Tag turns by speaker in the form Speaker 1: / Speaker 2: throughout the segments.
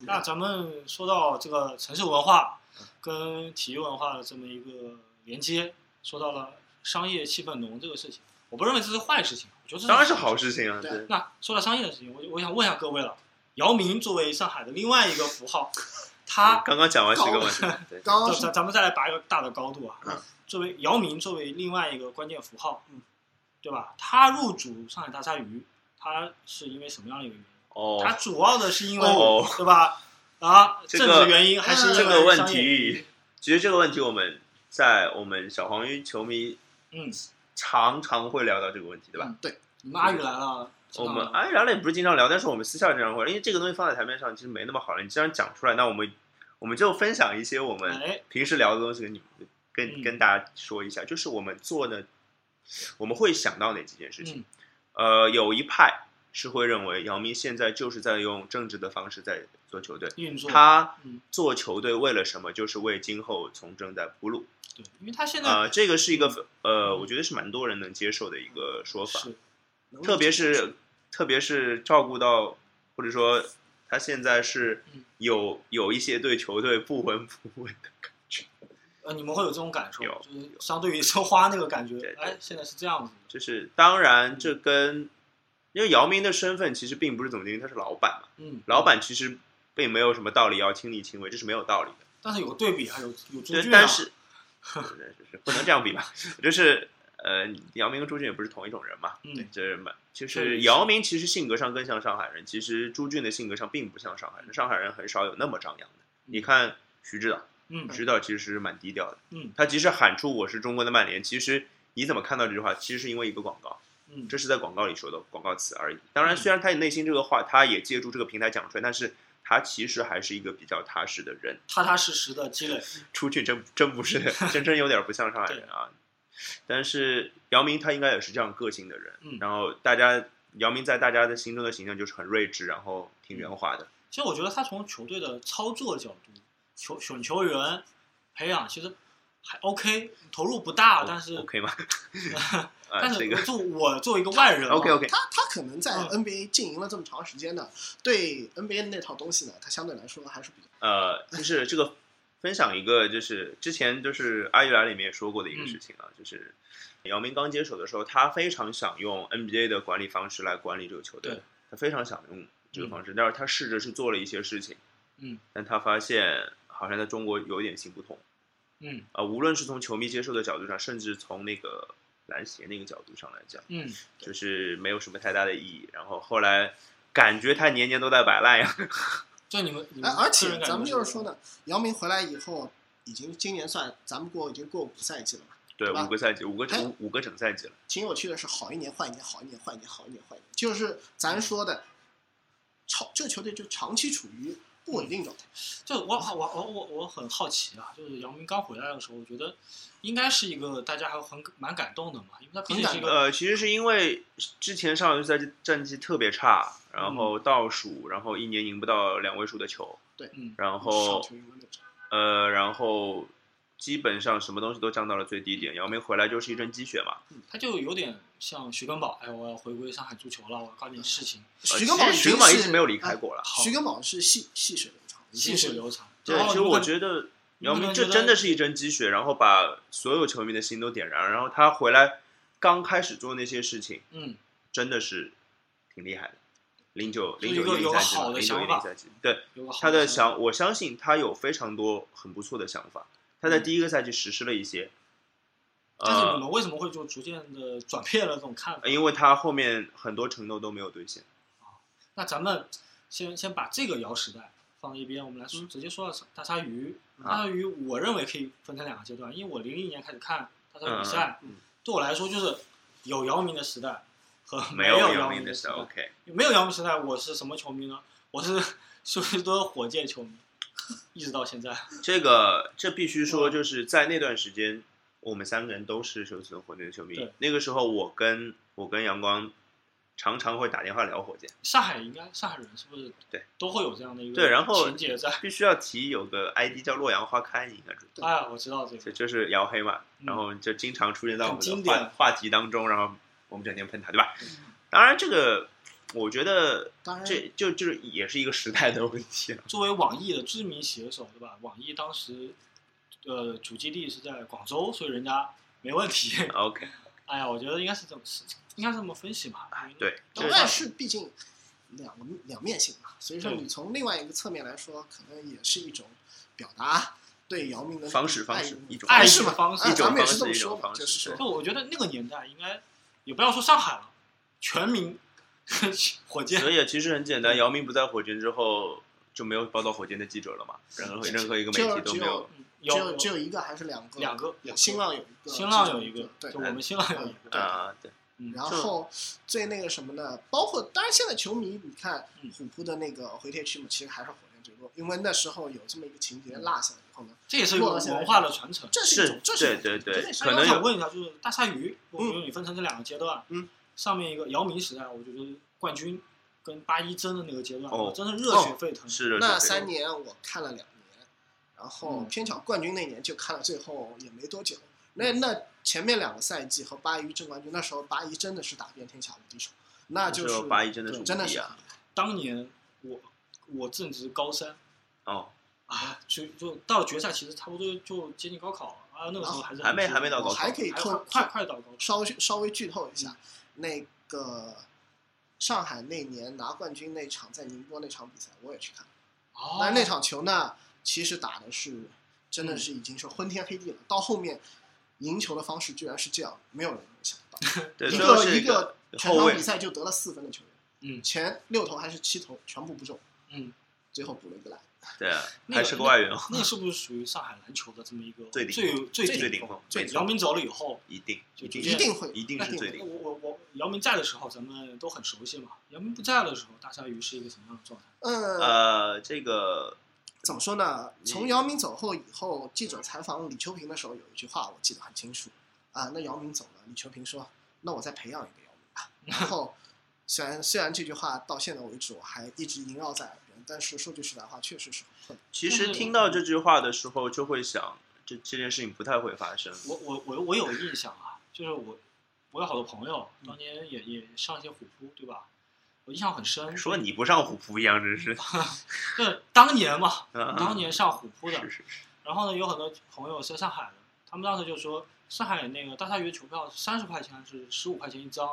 Speaker 1: 那咱们说到这个城市文化跟体育文化的这么一个连接，说到了商业气氛浓这个事情，我不认为这是坏事情，我觉得这
Speaker 2: 当然是好事情啊，
Speaker 3: 对
Speaker 2: 对，
Speaker 1: 那说到商业的事情，我我想问一下各位了，姚明作为上海的另外一个符号，他
Speaker 2: 刚刚讲完十个问题，对，
Speaker 3: 刚刚
Speaker 1: 咱
Speaker 3: 是
Speaker 1: 咱咱们再来拔一个大的高度啊
Speaker 2: 嗯，
Speaker 1: 作为姚明作为另外一个关键符号，嗯，对吧？他入主上海大鲨鱼，他是因为什么样的一个原因？他
Speaker 2: 哦，
Speaker 1: 主要的是因为、
Speaker 2: 哦
Speaker 1: 对吧？啊，
Speaker 2: 这
Speaker 1: 政
Speaker 2: 个
Speaker 1: 治原因还是因为
Speaker 2: 这个问
Speaker 1: 商业？
Speaker 2: 题，其实这个问题我们在我们小黄鱼球迷
Speaker 1: 嗯，
Speaker 2: 常常会聊到这个问题，对吧？
Speaker 1: 嗯对，你们阿宇来了，
Speaker 2: 我们
Speaker 1: 知道吗
Speaker 2: 哎，聊了也不是经常聊，但是我们私下经常会，因为这个东西放在台面上其实没那么好了。你既然讲出来，那我们我们就分享一些我们
Speaker 1: 哎，
Speaker 2: 平时聊的东西给你们，跟
Speaker 1: 嗯
Speaker 2: 跟大家说一下，就是我们做的，我们会想到哪几件事情。
Speaker 1: 嗯
Speaker 2: 呃，有一派是会认为姚明现在就是在用政治的方式在做球队，
Speaker 1: 运作
Speaker 2: 他
Speaker 1: 嗯
Speaker 2: 做球队为了什么？就是为今后从政在铺路。
Speaker 1: 对，因为他现在、
Speaker 2: 啊、这个是一个呃，我觉得是蛮多人能接受的一个说法。
Speaker 1: 嗯是
Speaker 2: 特别是特别是照顾到，或者说他现在是
Speaker 1: 嗯
Speaker 2: 有有一些对球队不闻不问的感觉，
Speaker 1: 呃，你们会有这种感受，
Speaker 2: 有
Speaker 1: 就是相对于申花那个感觉
Speaker 2: 对，对
Speaker 1: 哎，现在是这样子的。
Speaker 2: 就是当
Speaker 1: 嗯
Speaker 2: 然这跟因为姚明的身份其实并不是总经理，他是老板嘛，
Speaker 1: 嗯，
Speaker 2: 老板其实并没有什么道理要亲力亲为，这是没有道理的。
Speaker 1: 但是有个对比啊，有有朱
Speaker 2: 对，
Speaker 1: 俊啊，
Speaker 2: 但是就是不能这样比吧，就是呃，姚明跟朱俊也不是同一种人嘛，
Speaker 1: 嗯，
Speaker 2: 这蛮就
Speaker 1: 确实
Speaker 2: 是
Speaker 1: 是
Speaker 2: 姚明其实性格上更像上海人，其实朱俊的性格上并不像上海人，上海人很少有那么张扬的。你看徐指导，
Speaker 1: 嗯
Speaker 2: 徐指导其实蛮低调的，
Speaker 1: 嗯
Speaker 2: 他即使喊出我是中国的曼联，其实你怎么看到这句话，其实是因为一个广告，
Speaker 1: 嗯，
Speaker 2: 这是在广告里说的广告词而已。当然，
Speaker 1: 嗯
Speaker 2: 虽然他内心这个话，他也借助这个平台讲出来，但是他其实还是一个比较踏实的人。
Speaker 1: 踏踏实实的积累，
Speaker 2: 出去真真不 是，真真有点不像上海人啊。但是姚明他应该也是这样个性的人，
Speaker 1: 嗯
Speaker 2: 然后大家姚明在大家的心中的形象就是很睿智，然后挺
Speaker 1: 嗯
Speaker 2: 圆滑的。
Speaker 1: 其实我觉得他从球队的操作角度，球选球员培养其实还 OK，投入不大，但是
Speaker 2: OK 吗？ 啊、
Speaker 1: 但
Speaker 2: 这
Speaker 1: 是
Speaker 2: 个
Speaker 1: 就我作为一个外 人啊
Speaker 2: OK OK，
Speaker 3: 他他可能在
Speaker 1: 嗯
Speaker 3: NBA 经营了这么长时间呢，对 NBA 的那套东西呢，他相对来说还是比较
Speaker 2: 呃，就是这个分享一个，就是之前就是阿育来里面也说过的一个事情啊，就是姚明刚接手的时候，他非常想用 NBA 的管理方式来管理这个球队
Speaker 1: 对，
Speaker 2: 他非常想用这个方式，但是他试着去做了一些事情，
Speaker 1: 嗯，
Speaker 2: 但他发现好像在中国有一点行不通
Speaker 1: 嗯
Speaker 2: 啊、呃无论是从球迷接受的角度上，甚至从那个篮协那个角度上来讲，
Speaker 1: 嗯，
Speaker 2: 就是没有什么太大的意义。然后后来感觉他年年都在摆烂呀，
Speaker 1: 就你们，你
Speaker 3: 哎
Speaker 1: 们，
Speaker 3: 而
Speaker 1: 嗯个
Speaker 3: 且
Speaker 1: 人感觉
Speaker 3: 咱们就是
Speaker 1: 怎
Speaker 3: 说
Speaker 1: 么样，
Speaker 3: 呢，姚明回来以后，已经今年算咱们过已经过五个赛季了嘛。
Speaker 2: 对，
Speaker 3: 对吧
Speaker 2: 五个赛季，五个
Speaker 3: 哎
Speaker 2: 整五个整赛季了。
Speaker 3: 挺有趣的是，好一年换一年，好一年换一年，好一年换一年，就是咱说的，长这球队就长期处于不稳定状态。
Speaker 1: 就我我我我我很好奇啊，就是姚明刚回来的时候，我觉得应该是一个大家还很蛮感动的嘛，因为他毕竟是一个
Speaker 2: 呃，其实是因为之前上一个赛季战绩特别差，然后倒数，然后一年赢不到两位数的球，
Speaker 1: 嗯
Speaker 2: 然
Speaker 3: 上
Speaker 2: 后
Speaker 3: 球赢了六场，
Speaker 2: 呃，然后基本上什么东西都降到了最低点。姚明回来就是一针鸡血嘛，
Speaker 1: 他就有点像徐根宝，哎，我要回归上海足球了，我要搞点事情，
Speaker 2: 呃
Speaker 3: 徐根宝
Speaker 2: 其实徐根宝
Speaker 3: 已
Speaker 2: 一
Speaker 3: 经
Speaker 2: 直
Speaker 3: 是啊
Speaker 2: 没有离开过了。
Speaker 1: 好
Speaker 3: 徐根宝是细细水流长，已经
Speaker 1: 细水
Speaker 3: 是
Speaker 1: 流长。
Speaker 2: 对
Speaker 1: 然，后
Speaker 2: 其实
Speaker 1: 如果
Speaker 2: 我觉得
Speaker 1: 如
Speaker 2: 姚
Speaker 1: 果
Speaker 2: 明
Speaker 1: 你
Speaker 2: 这
Speaker 1: 觉
Speaker 2: 真
Speaker 1: 得
Speaker 2: 的是一针鸡血，然后把所有球迷的心都点燃。然后他回来刚开始做那些事情，
Speaker 1: 嗯，
Speaker 2: 真的是挺厉害的。零九
Speaker 1: 就
Speaker 2: 零
Speaker 1: 一
Speaker 2: 九
Speaker 1: 个
Speaker 2: 一
Speaker 1: 有
Speaker 2: 零
Speaker 1: 个
Speaker 2: 赛季嘛，
Speaker 1: 好的
Speaker 2: 零九一
Speaker 1: 想
Speaker 2: 零
Speaker 1: 法
Speaker 2: 赛季，对。
Speaker 1: 有个好
Speaker 2: 他的
Speaker 1: 想法，
Speaker 2: 想，我相信他有非常多很不错的想法。他在第一个赛季实施了一些，
Speaker 1: 但嗯是你
Speaker 2: 呃，
Speaker 1: 们为什么会就逐渐的转变了这种看法？
Speaker 2: 因为他后面很多承诺都没有兑现。
Speaker 1: 那咱们先先把这个姚时代放一边，我们来说
Speaker 2: 嗯
Speaker 1: 直接说到大鲨鱼。
Speaker 2: 啊
Speaker 1: 大鲨鱼，我认为可以分成两个阶段，因为我零零年开始看大鲨鱼比赛，
Speaker 3: 嗯嗯嗯
Speaker 1: 对我来说就是有姚明的时代和
Speaker 2: 没
Speaker 1: 有
Speaker 2: 姚
Speaker 1: 明
Speaker 2: 的
Speaker 1: 时
Speaker 2: 时
Speaker 1: 代。
Speaker 2: 候，OK，
Speaker 1: 没有姚明时代，我是什么球迷呢？我是休斯顿火箭球迷，一直到现在。
Speaker 2: 这个这必须说，就是在那段时间，我们三个人都是休斯顿火箭的球迷
Speaker 1: 对。
Speaker 2: 那个时候，我跟我跟阳光常常会打电话聊火箭。
Speaker 1: 上海应该上海人是不是
Speaker 2: 对
Speaker 1: 都会有这样的一个
Speaker 2: 对然后
Speaker 1: 情节在？
Speaker 2: 必须要提有个 ID 叫洛阳花开，你应该知道。
Speaker 3: 对
Speaker 1: 哎，我知道这
Speaker 2: 这
Speaker 1: 个，
Speaker 2: 就是姚黑嘛，
Speaker 1: 嗯
Speaker 2: 然后就经常出现在我
Speaker 1: 很经
Speaker 2: 们的
Speaker 1: 典嗯
Speaker 2: 话话题当中，然后我们整天喷他，对吧？当然，这个我觉得
Speaker 3: 当然
Speaker 2: 这就就是也是一个时代的问题了。
Speaker 1: 作为网易的知名写手，对吧？网易当时，呃，主基地是在广州，所以人家没问题。
Speaker 2: OK，
Speaker 1: 哎呀，我觉得应该是这么，是应该是这么分析吧。
Speaker 2: 对，
Speaker 3: 当
Speaker 2: 这
Speaker 3: 然是毕竟两个两面性嘛，所以说
Speaker 1: 对
Speaker 3: 你从另外一个侧面来说，可能也是一种表达对姚明的
Speaker 2: 方式
Speaker 3: 爱
Speaker 2: 方式一种
Speaker 3: 爱
Speaker 1: 方
Speaker 3: 是
Speaker 1: 式
Speaker 3: 嘛，
Speaker 1: 方式
Speaker 3: 哎
Speaker 1: 一种
Speaker 3: 咱们也
Speaker 2: 方
Speaker 3: 是这
Speaker 2: 式
Speaker 3: 么
Speaker 2: 一种
Speaker 3: 说嘛，
Speaker 2: 方式
Speaker 3: 就是说
Speaker 2: 对
Speaker 1: 就我觉得那个年代应该，也不要说上海了，全民火
Speaker 2: 所
Speaker 1: 箭，
Speaker 2: 以其实很简单，姚明不在火箭之后就没有报道火箭的记者了嘛，任何任何一个媒
Speaker 3: 就
Speaker 2: 体都
Speaker 3: 只
Speaker 2: 没有
Speaker 3: 有
Speaker 1: 嗯
Speaker 3: 只有
Speaker 1: 有
Speaker 3: 只有一个还是两个？
Speaker 1: 两个，
Speaker 3: 新浪有一个，
Speaker 1: 新浪有一
Speaker 3: 这
Speaker 1: 个
Speaker 3: 种，对
Speaker 1: 就。我们新浪有一个，
Speaker 2: 啊，对，
Speaker 1: 嗯
Speaker 3: 然后最那个什么呢？包括当然现在球迷，你看
Speaker 1: 嗯
Speaker 3: 虎扑的那个回帖区嘛，其实还是火箭最多，因为那时候有这么一个情节落下来以后呢，
Speaker 1: 这也是一种文化的传承。
Speaker 3: 这是一
Speaker 2: 是
Speaker 3: 种，这，是
Speaker 2: 对
Speaker 3: 一种
Speaker 2: 对对，
Speaker 1: 哎
Speaker 2: 可
Speaker 1: 我
Speaker 2: 能
Speaker 1: 想
Speaker 2: 有嗯
Speaker 1: 问一下，就是大鲨鱼，我觉得你分成这两个阶段，
Speaker 3: 嗯，
Speaker 1: 上面一个姚明时代，我觉得冠军跟八一争的那个阶段，
Speaker 2: 哦
Speaker 1: 我真的热血沸腾，
Speaker 2: 是的，
Speaker 3: 那
Speaker 2: 是的
Speaker 3: 三年我看了两年，然后
Speaker 1: 嗯
Speaker 3: 偏巧冠军那年就看了最后也没多久。那
Speaker 2: 嗯
Speaker 3: 那前面两个赛季和八一争冠军，那时候八一真的是打遍天下无敌手，那就
Speaker 2: 那时
Speaker 3: 是
Speaker 2: 候八一真的是
Speaker 3: 对
Speaker 2: 无敌
Speaker 3: 真的是
Speaker 2: 啊
Speaker 1: 当年我我正值高三
Speaker 2: 哦，
Speaker 1: 啊，就就到了决赛，其实差不多就接近高考了啊，那个时候还是
Speaker 2: 还没还没到
Speaker 3: 我
Speaker 2: 高考
Speaker 3: 还可以
Speaker 1: 还
Speaker 3: 透
Speaker 1: 快快快到高考，
Speaker 3: 稍微稍微剧透一下，
Speaker 2: 嗯
Speaker 3: 那个上海那年拿冠军那场在宁波那场比赛，我也去看了。
Speaker 1: 哦
Speaker 3: 但是那场球呢，其实打的是
Speaker 2: 嗯
Speaker 3: 真的是已经是昏天黑地了。到后面赢球的方式居然是这样，没有人能想到。
Speaker 2: 对，
Speaker 3: 一
Speaker 2: 最后
Speaker 3: 个
Speaker 2: 是
Speaker 3: 一个全
Speaker 2: 后
Speaker 3: 场
Speaker 2: 卫
Speaker 3: 比，赛就得了四分的球员，
Speaker 1: 嗯
Speaker 3: 前六投还是七投全部不中，
Speaker 1: 嗯，
Speaker 3: 最后补了一个篮。
Speaker 2: 对啊，
Speaker 1: 那
Speaker 2: 还
Speaker 1: 个
Speaker 2: 是个外援哦，
Speaker 1: 那是不是属于上海篮球的这么一个
Speaker 2: 最顶
Speaker 1: 最最
Speaker 2: 最
Speaker 1: 顶
Speaker 2: 顶峰
Speaker 1: 对，
Speaker 2: 没错
Speaker 1: 姚明走了以后，
Speaker 2: 一定
Speaker 1: 就
Speaker 2: 定
Speaker 1: 直
Speaker 3: 一
Speaker 1: 接
Speaker 2: 是
Speaker 3: 定会，
Speaker 2: 一定
Speaker 3: 那
Speaker 2: 是
Speaker 3: 定
Speaker 2: 最
Speaker 3: 会
Speaker 2: 顶
Speaker 1: 我我我姚明在的时候，咱们都很熟悉嘛。姚明不在的时候，大鲨鱼是一个什么样的状态？
Speaker 3: 嗯，
Speaker 2: 呃，这个
Speaker 3: 怎么说呢？
Speaker 2: 你
Speaker 3: 从姚明走后以后，记者采访李秋平的时候有一句话我记得很清楚啊，那姚明走了，李秋平说：“那我再培养一个姚明 吧。”然后，虽然虽然这句话到现在为止我还一直萦绕在耳边，但是说句实在话，确实是很
Speaker 2: 其
Speaker 1: 嗯
Speaker 2: 实听到这句话的时候，就会想，这这件事情不太会发生。
Speaker 1: 我我我我有印象啊，就是我我有好多朋友，当年也也上一些虎扑，对吧？我印象很深，
Speaker 2: 说你不上虎扑一样，真是。
Speaker 1: 就是当年嘛，
Speaker 2: 啊
Speaker 1: 当年上虎扑的
Speaker 2: 是，是是，
Speaker 1: 然后呢，有很多朋友是上海的，他们当时就说上海那个大鲨鱼的球票是三十块钱还是十五块钱一张，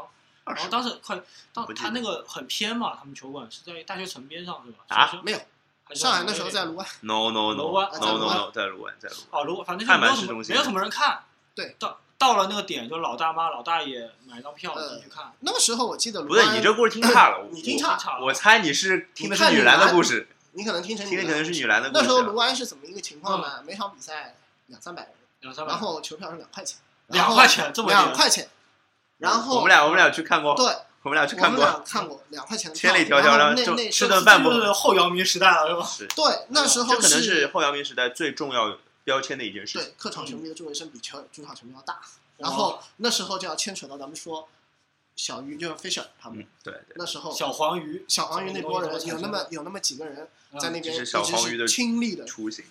Speaker 1: 然
Speaker 2: 二
Speaker 1: 后
Speaker 2: 十
Speaker 1: 当时快当
Speaker 2: 不记
Speaker 1: 他
Speaker 2: 得
Speaker 1: 那个很偏嘛，他们球馆是在大学城边上，对吧？
Speaker 2: 啊
Speaker 1: 学生
Speaker 3: 没有。
Speaker 1: 还是
Speaker 3: 上海那时候在
Speaker 1: 那
Speaker 3: 卢湾，
Speaker 2: no no
Speaker 1: 楼
Speaker 2: no
Speaker 1: 湾
Speaker 2: no
Speaker 3: 在楼
Speaker 2: no
Speaker 3: 湾
Speaker 2: no，在卢湾，在卢湾。
Speaker 1: 哦，如果反正就没有什
Speaker 2: 太满市
Speaker 1: 么
Speaker 2: 中心
Speaker 1: 没有什么人看，
Speaker 3: 对，
Speaker 1: 到到了那个点就老大妈老大爷买一张票
Speaker 3: 呃
Speaker 1: 进去看，
Speaker 3: 那个时候我记得卢
Speaker 2: 不对，
Speaker 3: 湾
Speaker 2: 你这故事听差了。我
Speaker 3: 你听
Speaker 1: 差了
Speaker 2: 我我猜你是听的
Speaker 3: 你
Speaker 2: 是
Speaker 3: 看
Speaker 2: 女篮的
Speaker 3: 女篮
Speaker 2: 故事，
Speaker 3: 你可能听成
Speaker 2: 听的
Speaker 3: 你
Speaker 2: 可能是女篮的故
Speaker 3: 那
Speaker 2: 事。啊
Speaker 3: 时候卢湾是怎么一个情况呢？每场比赛两三百人，
Speaker 1: 两三百，
Speaker 3: 然后球票是两块钱，然
Speaker 1: 两
Speaker 3: 后
Speaker 1: 块钱这么
Speaker 3: 两
Speaker 1: 点，
Speaker 3: 块钱，然后
Speaker 2: 我们俩我们俩去看过，
Speaker 3: 对，
Speaker 2: 我们俩去
Speaker 3: 我
Speaker 2: 看
Speaker 3: 们俩
Speaker 2: 过。
Speaker 3: 看过两块钱的
Speaker 2: 千里
Speaker 3: 票
Speaker 2: 迢迢
Speaker 3: 然后
Speaker 2: 的就
Speaker 3: 那那
Speaker 2: 吃
Speaker 3: 时
Speaker 2: 顿
Speaker 3: 候
Speaker 2: 饭
Speaker 1: 这就是后姚明时代了，是吧？
Speaker 2: 是，
Speaker 3: 对，那时
Speaker 2: 这
Speaker 3: 候
Speaker 2: 可能是后姚明时代最重要标签的一件事
Speaker 3: 对
Speaker 2: 情。
Speaker 3: 客场球迷的助威声比球主场球迷要大，
Speaker 2: 嗯
Speaker 3: 然后那时候就要牵扯到咱们说小鱼就是 Fisher 他们
Speaker 2: 嗯，对对。
Speaker 3: 那时候
Speaker 1: 哇小黄鱼，
Speaker 3: 小黄鱼那波人有那么
Speaker 1: 嗯
Speaker 3: 有那么几个人在那边
Speaker 2: 嗯就
Speaker 3: 一
Speaker 2: 是
Speaker 3: 直
Speaker 2: 小黄鱼的
Speaker 3: 是亲历的，
Speaker 2: 雏形。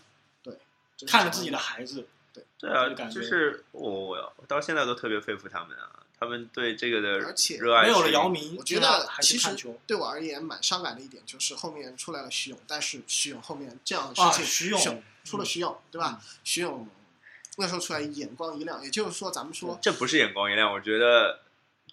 Speaker 3: 就是
Speaker 1: 看着自己的孩子，
Speaker 2: 对
Speaker 1: 就
Speaker 2: 啊，
Speaker 1: 感
Speaker 2: 就
Speaker 1: 觉
Speaker 2: 是我我我到现在都特别佩服他们啊，他们对这个的
Speaker 3: 而且
Speaker 2: 热爱
Speaker 1: 没有
Speaker 2: 是
Speaker 1: 了姚明，
Speaker 3: 我觉
Speaker 1: 居然
Speaker 3: 得
Speaker 1: 还
Speaker 3: 其
Speaker 1: 去
Speaker 3: 实
Speaker 1: 看球
Speaker 3: 对我而言蛮伤感的一点就是后面出来了徐勇，但是徐勇后面这样的
Speaker 1: 啊，
Speaker 3: 事情，
Speaker 1: 徐勇嗯
Speaker 3: 出了徐勇对吧？徐勇那时候出来眼光一亮，也就是说咱们说
Speaker 2: 这不是眼光一亮，我觉得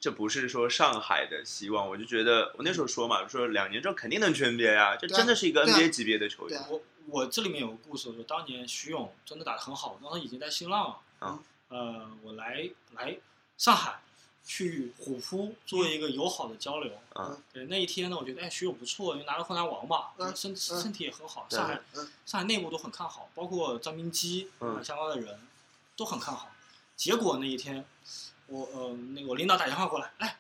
Speaker 2: 这不是说上海的希望，我就觉得我那时候说嘛，说两年之后肯定能去 NBA 啊，这
Speaker 3: 对啊
Speaker 2: 真的是一个
Speaker 3: 对啊
Speaker 2: NBA 级别的球员
Speaker 3: 对啊
Speaker 1: 我我这里面有个故事，就当年徐勇真的打得很好，当时已经在新浪了。
Speaker 2: 啊
Speaker 1: 呃，我来来上海去虎扑做一个友好的交流。
Speaker 2: 啊，
Speaker 1: 对，那一天呢，我觉得哎，徐勇不错，因为拿了湖南王嘛，
Speaker 3: 嗯
Speaker 1: 身
Speaker 3: 嗯
Speaker 1: 身体也很好，
Speaker 2: 对
Speaker 1: 上海
Speaker 3: 嗯
Speaker 1: 上海内部都很看好，包括张明基
Speaker 2: 嗯
Speaker 1: 啊相关的人都很看好。结果那一天，我呃那个我领导打电话过来，哎，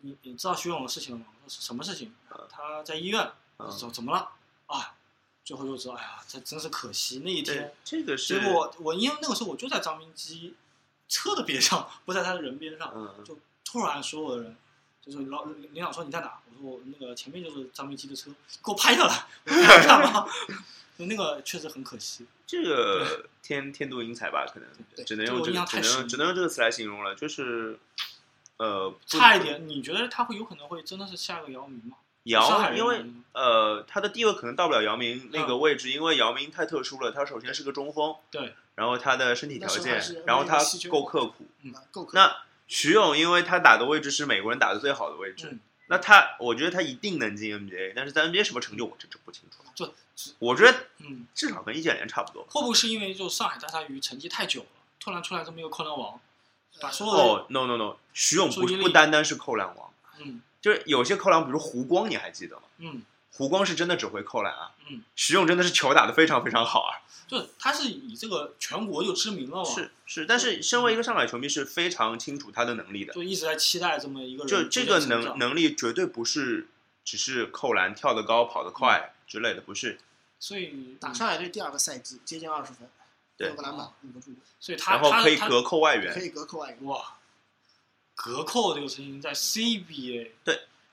Speaker 1: 你你知道徐勇的事情了吗？我说什么事情
Speaker 2: 嗯？
Speaker 1: 他在医院，
Speaker 2: 嗯
Speaker 1: 怎怎么了？啊，最后就知道，哎呀，这真是可惜那一
Speaker 2: 对
Speaker 1: 天。，
Speaker 2: 这个是
Speaker 1: 结果我因为那个时候我就在张明基车的边上，不在他的人边上，
Speaker 2: 嗯
Speaker 1: 就突然所有的人，就是老领导说你在哪？我说我那个前面就是张明基的车，给我拍下来，我说你要干嘛？ 就那个确实很可惜，
Speaker 2: 这个天天妒英才吧，可能
Speaker 1: 对
Speaker 2: 只能用
Speaker 1: 这个
Speaker 2: 这
Speaker 1: 印象
Speaker 2: 个只
Speaker 1: 太
Speaker 2: 能
Speaker 1: 深
Speaker 2: 只能用这个词来形容了，就是呃，不
Speaker 1: 差一点，你觉得他会有可能会真的是下一个姚明吗？上海
Speaker 2: 姚，
Speaker 1: 人
Speaker 2: 因为呃，他的地位可能到不了姚明那个
Speaker 1: 嗯
Speaker 2: 位置，因为姚明太特殊了。他首先是个中锋，
Speaker 1: 对，
Speaker 2: 然后他的身体条
Speaker 3: 那时候还是
Speaker 2: 件，然后他
Speaker 3: 那个西区
Speaker 2: 够刻苦。
Speaker 1: 嗯
Speaker 3: 啊，够可以。
Speaker 2: 那徐勇，因为他打的位置是美国人打的最好的位置，
Speaker 1: 嗯
Speaker 2: 那他我觉得他一定能进 NBA，但是在 NBA 什么成就我真是不清楚。
Speaker 1: 对，
Speaker 2: 我觉得
Speaker 1: 嗯，
Speaker 2: 至少跟易建联差不多。
Speaker 1: 会不会是因为就上海大鲨鱼成绩太久了，突然出来这么一个扣篮王，把所有的、
Speaker 2: 哦、n o no no，徐勇不
Speaker 1: 注意力
Speaker 2: 不单单是扣篮王，
Speaker 1: 嗯
Speaker 2: 就是有些扣篮，比如胡光，你还记得吗？
Speaker 1: 嗯，
Speaker 2: 胡光是真的只会扣篮啊，
Speaker 1: 嗯，
Speaker 2: 徐勇真的是球打得非常非常好啊。
Speaker 1: 就他是以这个全国就知名了嘛，
Speaker 2: 是是，但是身为一个上海球迷是非常清楚他的能力的，
Speaker 1: 就一直在期待这么一个人
Speaker 2: 就
Speaker 1: 逐渐
Speaker 2: 这个
Speaker 1: 成
Speaker 2: 能
Speaker 1: 长
Speaker 2: 能力绝对不是只是扣篮、跳得高、跑得
Speaker 1: 嗯
Speaker 2: 快之类的，不是。
Speaker 1: 所以嗯
Speaker 3: 打上海队第二个赛季接近二十分，
Speaker 2: 对
Speaker 3: 六个篮板，五个助攻，
Speaker 1: 所以他
Speaker 2: 然后
Speaker 1: 他
Speaker 2: 可以
Speaker 1: 他
Speaker 2: 隔扣外
Speaker 3: 可
Speaker 2: 援，
Speaker 3: 以隔扣外援。
Speaker 1: 哇，隔扣这个事情在 CBA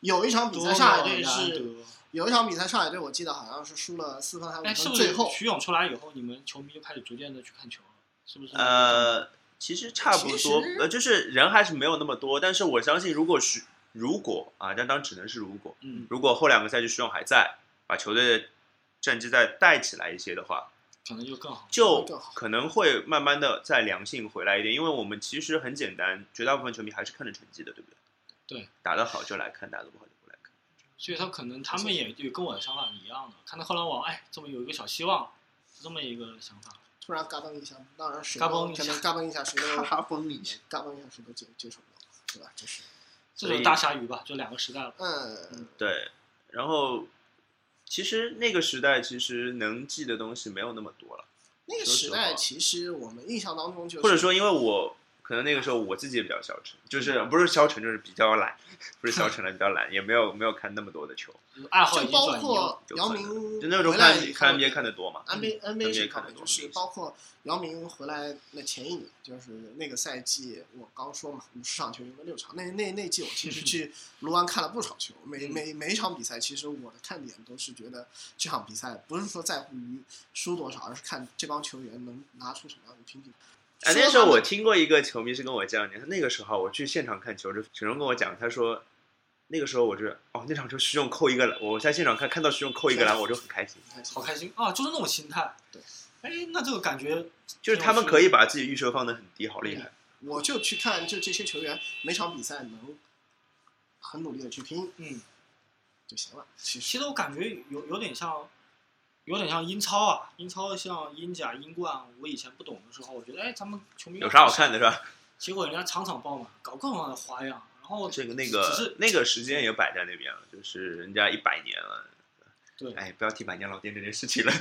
Speaker 3: 有一场比
Speaker 1: 多
Speaker 3: 赛，
Speaker 1: 么
Speaker 3: 上海队
Speaker 1: 难
Speaker 3: 是
Speaker 1: 得，
Speaker 3: 有一场比赛，上海队我记得好像是输了四分还
Speaker 1: 哎，
Speaker 3: 是
Speaker 1: 是
Speaker 3: 五分，
Speaker 1: 不是
Speaker 3: 最后
Speaker 1: 徐勇出来以后，你们球迷就开始逐渐的去看球了？是不是？，
Speaker 2: 呃，其实差不
Speaker 3: 嗯其
Speaker 2: 多
Speaker 3: 实，
Speaker 2: 呃，就是人还是没有那么多，但是我相信，如果徐如果啊，但当然只能是如果，
Speaker 1: 嗯，
Speaker 2: 如果后两个赛季徐勇还在，把球队的战绩再带起来一些的话，
Speaker 1: 可能就更好。
Speaker 2: 就
Speaker 3: 更好
Speaker 2: 可能会慢慢的再良性回来一点，因为我们其实很简单，绝大部分球迷还是看着成绩的，对不对？
Speaker 1: 对，
Speaker 2: 打得好就来看，打得不好就不来看。
Speaker 1: 所以他可能他们也就跟我的想法一样的，看到后篮网，哎，这么有一个小希望，是这么一个想法。
Speaker 3: 突然嘎嘣一下，当然谁
Speaker 1: 嘎
Speaker 3: 都
Speaker 1: 嘣一
Speaker 3: 可
Speaker 1: 下
Speaker 3: 能嘎嘣一下，谁都
Speaker 2: 崩 你！
Speaker 3: 嘎嘣一下谁都接接受不了，对吧？这是
Speaker 1: 这
Speaker 2: 所
Speaker 1: 种
Speaker 2: 以
Speaker 1: 大鲨鱼吧，就两个时代了。
Speaker 3: 嗯，
Speaker 2: 对，然后其实那个时代其实能记的东西没有那么多了，
Speaker 3: 那个
Speaker 2: 说
Speaker 3: 时
Speaker 2: 实
Speaker 3: 代
Speaker 2: 话
Speaker 3: 其实我们印象当中就是
Speaker 2: 或者说因为我可能那个时候我自己也比较消沉，就是不是消沉就是比较懒，不是消沉了比较懒，也没有没有看那么多的球，
Speaker 1: 就是爱好已经
Speaker 3: 就包
Speaker 1: 转移了。
Speaker 3: 括
Speaker 2: 有
Speaker 3: 姚
Speaker 2: 可能
Speaker 3: 明
Speaker 2: 就那时候
Speaker 3: 回来
Speaker 2: 看
Speaker 3: 以后
Speaker 2: 看 NBA 看的多嘛，嗯
Speaker 3: NBA NBA
Speaker 2: NBA
Speaker 3: 是
Speaker 2: 看
Speaker 3: 考
Speaker 2: 得
Speaker 3: 虑，
Speaker 2: 多
Speaker 3: 就是包括姚明回来那前一年，就是那个赛季，我刚说嘛，五十场球赢了六场，那那那季我 其实去卢湾看了不少球，每
Speaker 1: 嗯
Speaker 3: 每每一场比赛，其实我的看点都是觉得这场比赛不是说在乎于输多少，而是看这帮球员能拿出什么样的拼劲。
Speaker 2: 哎，
Speaker 3: 说
Speaker 2: 那时候
Speaker 3: 他们
Speaker 2: 我听过一个球迷是跟我这样讲，他那个时候我去现场看球，就球荣跟我讲，他说那个时候我就哦那场球徐勇扣一个篮，我在现场看看到徐勇扣一个篮，我就很开心。
Speaker 3: 你看
Speaker 1: 好开心啊！就是那种心态。
Speaker 3: 对，
Speaker 1: 哎，那这个感觉
Speaker 2: 就是他们可以把自己预设放得很低，好厉害。
Speaker 3: 我就去看，就这些球员每场比赛能很努力的去拼
Speaker 1: 嗯，
Speaker 3: 就行了。其实
Speaker 1: 其实我感觉有有点像，有点像英超啊，英超像英甲、英冠。我以前不懂的时候，我觉得哎，咱们球迷
Speaker 2: 有啥好看的是吧？
Speaker 1: 结果人家场场爆满，搞各种各样的花样，然后
Speaker 2: 这个那
Speaker 1: 只
Speaker 2: 个
Speaker 1: 是
Speaker 2: 那个时间也摆在那边了，就是人家一百年了。
Speaker 1: 对
Speaker 2: 哎，不要提百年老店这件 事情了，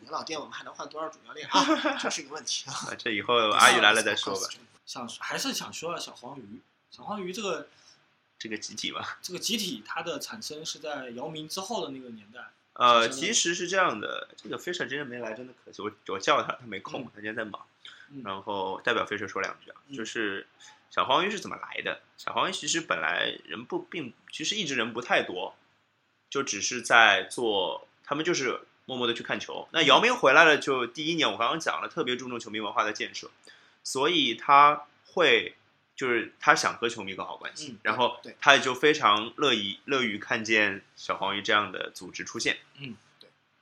Speaker 3: 年老店我们还能换多少主教练啊？这是一个问题啊。
Speaker 2: 这以后阿姨来了再说吧。
Speaker 1: 想还是想说小黄鱼，小黄鱼这个
Speaker 2: 这个集体嘛，
Speaker 1: 这个集体它的产生是在姚明之后的那个年代，
Speaker 2: 呃，
Speaker 1: 是的
Speaker 2: 其实是这样的，这个 Fisher 今天没来，真的可惜。我我叫他，他没空，他今天在忙。
Speaker 1: 嗯
Speaker 2: 然后代表 Fisher 说两句啊，
Speaker 1: 嗯
Speaker 2: 就是小黄鱼是怎么来的？小黄鱼其实本来人不并，其实一直人不太多，就只是在做，他们就是默默的去看球。那
Speaker 1: 嗯
Speaker 2: 姚明回来了，就第一年我刚刚讲了，特别注重球迷文化的建设，所以他会。就是他想和球迷搞好关系，
Speaker 1: 嗯
Speaker 2: 然后
Speaker 3: 对
Speaker 2: 他也就非常乐意乐于看见小黄鱼这样的组织出现。
Speaker 1: 嗯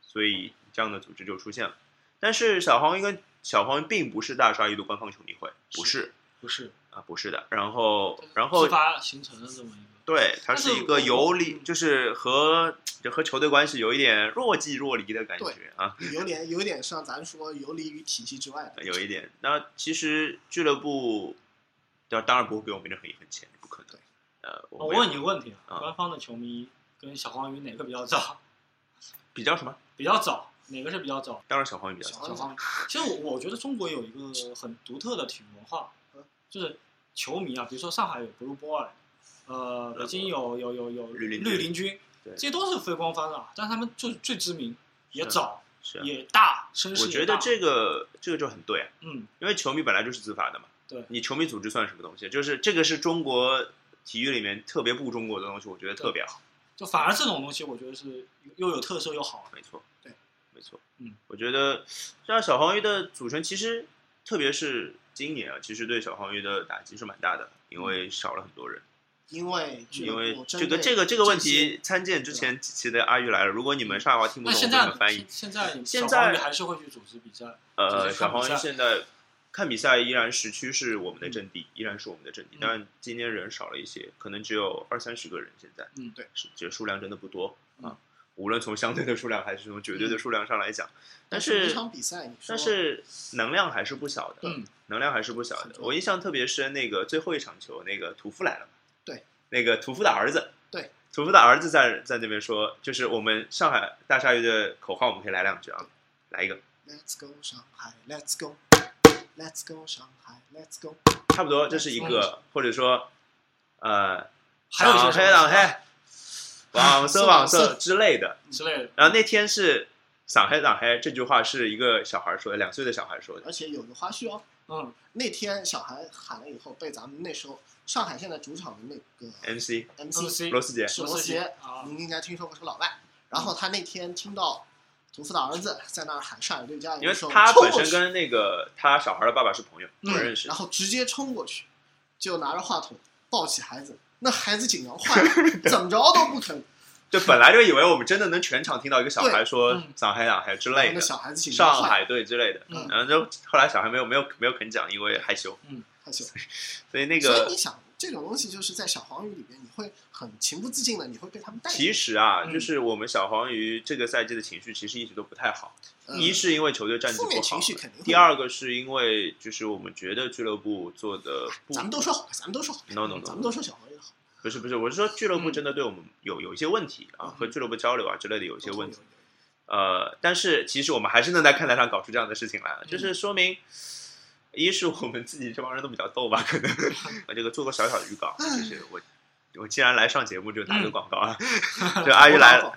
Speaker 2: 所以这样的组织就出现了。但是小黄鱼跟小黄鱼并不是大鲨鱼的官方球迷会，不是
Speaker 1: 不是？
Speaker 2: 啊，不是的。然后，然
Speaker 1: 自
Speaker 2: 后
Speaker 1: 发形成的这么一个，
Speaker 2: 对，它
Speaker 1: 但是
Speaker 2: 是一个
Speaker 1: 我
Speaker 2: 有
Speaker 1: 我嗯
Speaker 2: 理，就是和就和球队关系有一点若即若离的感觉啊，
Speaker 3: 有点有点像咱说游离于体系之外的，
Speaker 2: 有一点。那其实俱乐部，当当然不会给我们任何一分钱，不可能
Speaker 3: 对。
Speaker 2: 呃，
Speaker 1: 哦我
Speaker 2: 我
Speaker 1: 问你
Speaker 2: 们
Speaker 1: 个问题
Speaker 2: 啊
Speaker 1: 啊，官方的球迷跟小黄鱼哪个比较早？
Speaker 2: 比较什么？
Speaker 1: 比较早，哪个是比较早？
Speaker 2: 当然小黄鱼比较
Speaker 3: 小
Speaker 2: 早
Speaker 3: 黄
Speaker 1: 小黄鱼。其实我我觉得中国有一个很独特的体育文化
Speaker 3: 嗯，
Speaker 1: 就是球迷啊，比如说上海有 Blue Boy，呃，北京有有有有
Speaker 2: 嗯绿林军
Speaker 1: 绿林军，
Speaker 2: 对
Speaker 1: 这些都是非官方的啊，但是他们最最知名，也
Speaker 2: 是
Speaker 1: 早，
Speaker 2: 是啊，
Speaker 1: 也大，声势
Speaker 2: 我觉
Speaker 1: 也
Speaker 2: 得
Speaker 1: 大。
Speaker 2: 这个这个就很对啊。
Speaker 1: 嗯，
Speaker 2: 因为球迷本来就是自发的嘛。
Speaker 1: 对
Speaker 2: 你球迷组织算什么东西？就是这个是中国体育里面特别不中国的东西，我觉得特别好。
Speaker 1: 就反而这种东西，我觉得是又有特色又好。
Speaker 2: 没错，
Speaker 3: 对，
Speaker 2: 没错。
Speaker 1: 嗯，
Speaker 2: 我觉得像小黄鱼的组成，其实特别是今年啊，其实对小黄鱼的打击是蛮大的。
Speaker 1: 嗯
Speaker 2: 因为少了很多人。
Speaker 3: 因为俱
Speaker 2: 因
Speaker 3: 乐
Speaker 2: 为
Speaker 3: 部
Speaker 2: 这
Speaker 3: 针
Speaker 2: 个
Speaker 3: 对
Speaker 2: 这个这个问
Speaker 3: 些
Speaker 2: 题，参见之前几期的阿玉来了。如果你们上海话听不
Speaker 1: 那
Speaker 2: 懂，我
Speaker 1: 现
Speaker 2: 给你
Speaker 1: 在
Speaker 2: 们翻译
Speaker 1: 现。现在
Speaker 2: 现
Speaker 1: 小
Speaker 2: 在
Speaker 1: 黄鱼还是会去组织比赛，就
Speaker 2: 呃，
Speaker 1: 是
Speaker 2: 小
Speaker 1: 看比
Speaker 2: 黄鱼
Speaker 1: 赛
Speaker 2: 现在看比赛依然时区是我们的阵地，依然是我们的阵地，但今天人少了一些，可能只有二三十个人。现在，
Speaker 1: 嗯
Speaker 3: 对，
Speaker 2: 是这数量真的不多
Speaker 1: 嗯
Speaker 2: 啊。无论从相对的数量还是从绝对的数量上来讲，但
Speaker 3: 但
Speaker 2: 是
Speaker 3: 每场比赛，你说
Speaker 2: 但是能量还是不小的，
Speaker 1: 嗯，
Speaker 2: 能量还是不小
Speaker 3: 很
Speaker 2: 的。
Speaker 3: 重要
Speaker 2: 我印象特别深，那个最后一场球，那个屠夫来了嘛，
Speaker 3: 对，
Speaker 2: 那个屠夫的儿子，
Speaker 3: 对，
Speaker 2: 屠夫的儿子在在那边说，就是我们上海大鲨鱼的口号，我们可以来两句啊，来一个，
Speaker 3: Let's go 上海，Let's go，Let's go 上海，Let's go。
Speaker 2: 差不多，这是一个，或者说，呃，
Speaker 1: 还有一些
Speaker 2: 上
Speaker 1: 什么
Speaker 2: 海上海，网色网
Speaker 3: 网
Speaker 2: 色
Speaker 3: 色
Speaker 2: 之类的。
Speaker 1: 之类的。
Speaker 2: 然后那天是上海上海这句话是一个小孩说的，两岁的小孩说的，
Speaker 3: 而且有个花絮哦，
Speaker 1: 嗯，
Speaker 3: 那天小孩喊了以后，被咱们那时候上海现在主场的那个
Speaker 2: MC
Speaker 3: MC
Speaker 2: 罗斯杰，
Speaker 3: 是
Speaker 1: 罗
Speaker 3: 罗
Speaker 1: 斯杰
Speaker 3: 杰
Speaker 1: 啊，
Speaker 2: 嗯
Speaker 3: 您应该听说过是个老外。然后他那天听到屠夫的儿子在那儿喊上海对家，
Speaker 2: 因为
Speaker 3: 时候
Speaker 2: 他
Speaker 3: 冲
Speaker 2: 本
Speaker 3: 过
Speaker 2: 身
Speaker 3: 去
Speaker 2: 跟那个他小孩的爸爸是朋友，不
Speaker 1: 嗯
Speaker 2: 认识
Speaker 3: 然。后直接冲过去，就拿着话筒抱起孩子，那孩子紧张坏了，怎么着都不肯。
Speaker 2: 就本来就以为我们真的能全场听到一个小孩说
Speaker 1: 对嗯
Speaker 2: 上海上海之
Speaker 3: 然后
Speaker 2: 类
Speaker 3: 那
Speaker 2: 的，
Speaker 3: 小孩子紧张
Speaker 2: 上
Speaker 3: 坏了，
Speaker 2: 海队之类的。
Speaker 1: 嗯
Speaker 2: 然后就后来小孩没有没有没有肯讲，因为害羞。
Speaker 3: 害羞。
Speaker 2: 所以那
Speaker 3: 所以
Speaker 2: 个
Speaker 3: 你想，这种东西就是在小黄鱼里边，你会很情不自禁的，你会被他们带
Speaker 2: 其
Speaker 3: 进去。
Speaker 2: 实啊，
Speaker 1: 嗯
Speaker 2: 就是我们小黄鱼这个赛季的情绪其实一直都不太好。
Speaker 3: 嗯
Speaker 2: 一是因为球队战绩
Speaker 3: 负
Speaker 2: 不
Speaker 3: 面
Speaker 2: 好
Speaker 3: 情绪肯定，会
Speaker 2: 第二个是因为就是我们觉得俱乐部做的不
Speaker 3: 咱们都说好，咱们都说好，
Speaker 2: no no
Speaker 3: 咱
Speaker 2: no，
Speaker 3: 们都说小黄鱼好，
Speaker 2: 不是不是，我是说俱乐部
Speaker 1: 嗯
Speaker 2: 真的对我们有有一些问题啊，
Speaker 3: 嗯
Speaker 2: 和俱乐部交流啊之类的有一些问题。
Speaker 3: 有有有
Speaker 2: 呃，但是其实我们还是能在看台上搞出这样的事情来，啊
Speaker 3: 嗯
Speaker 2: 就是说明，一是我们自己这帮人都比较逗吧，可能我这个做个小小的预告，啊
Speaker 3: 嗯
Speaker 2: 就是我我既然来上节目，就打个广告 啊，就阿玉来了，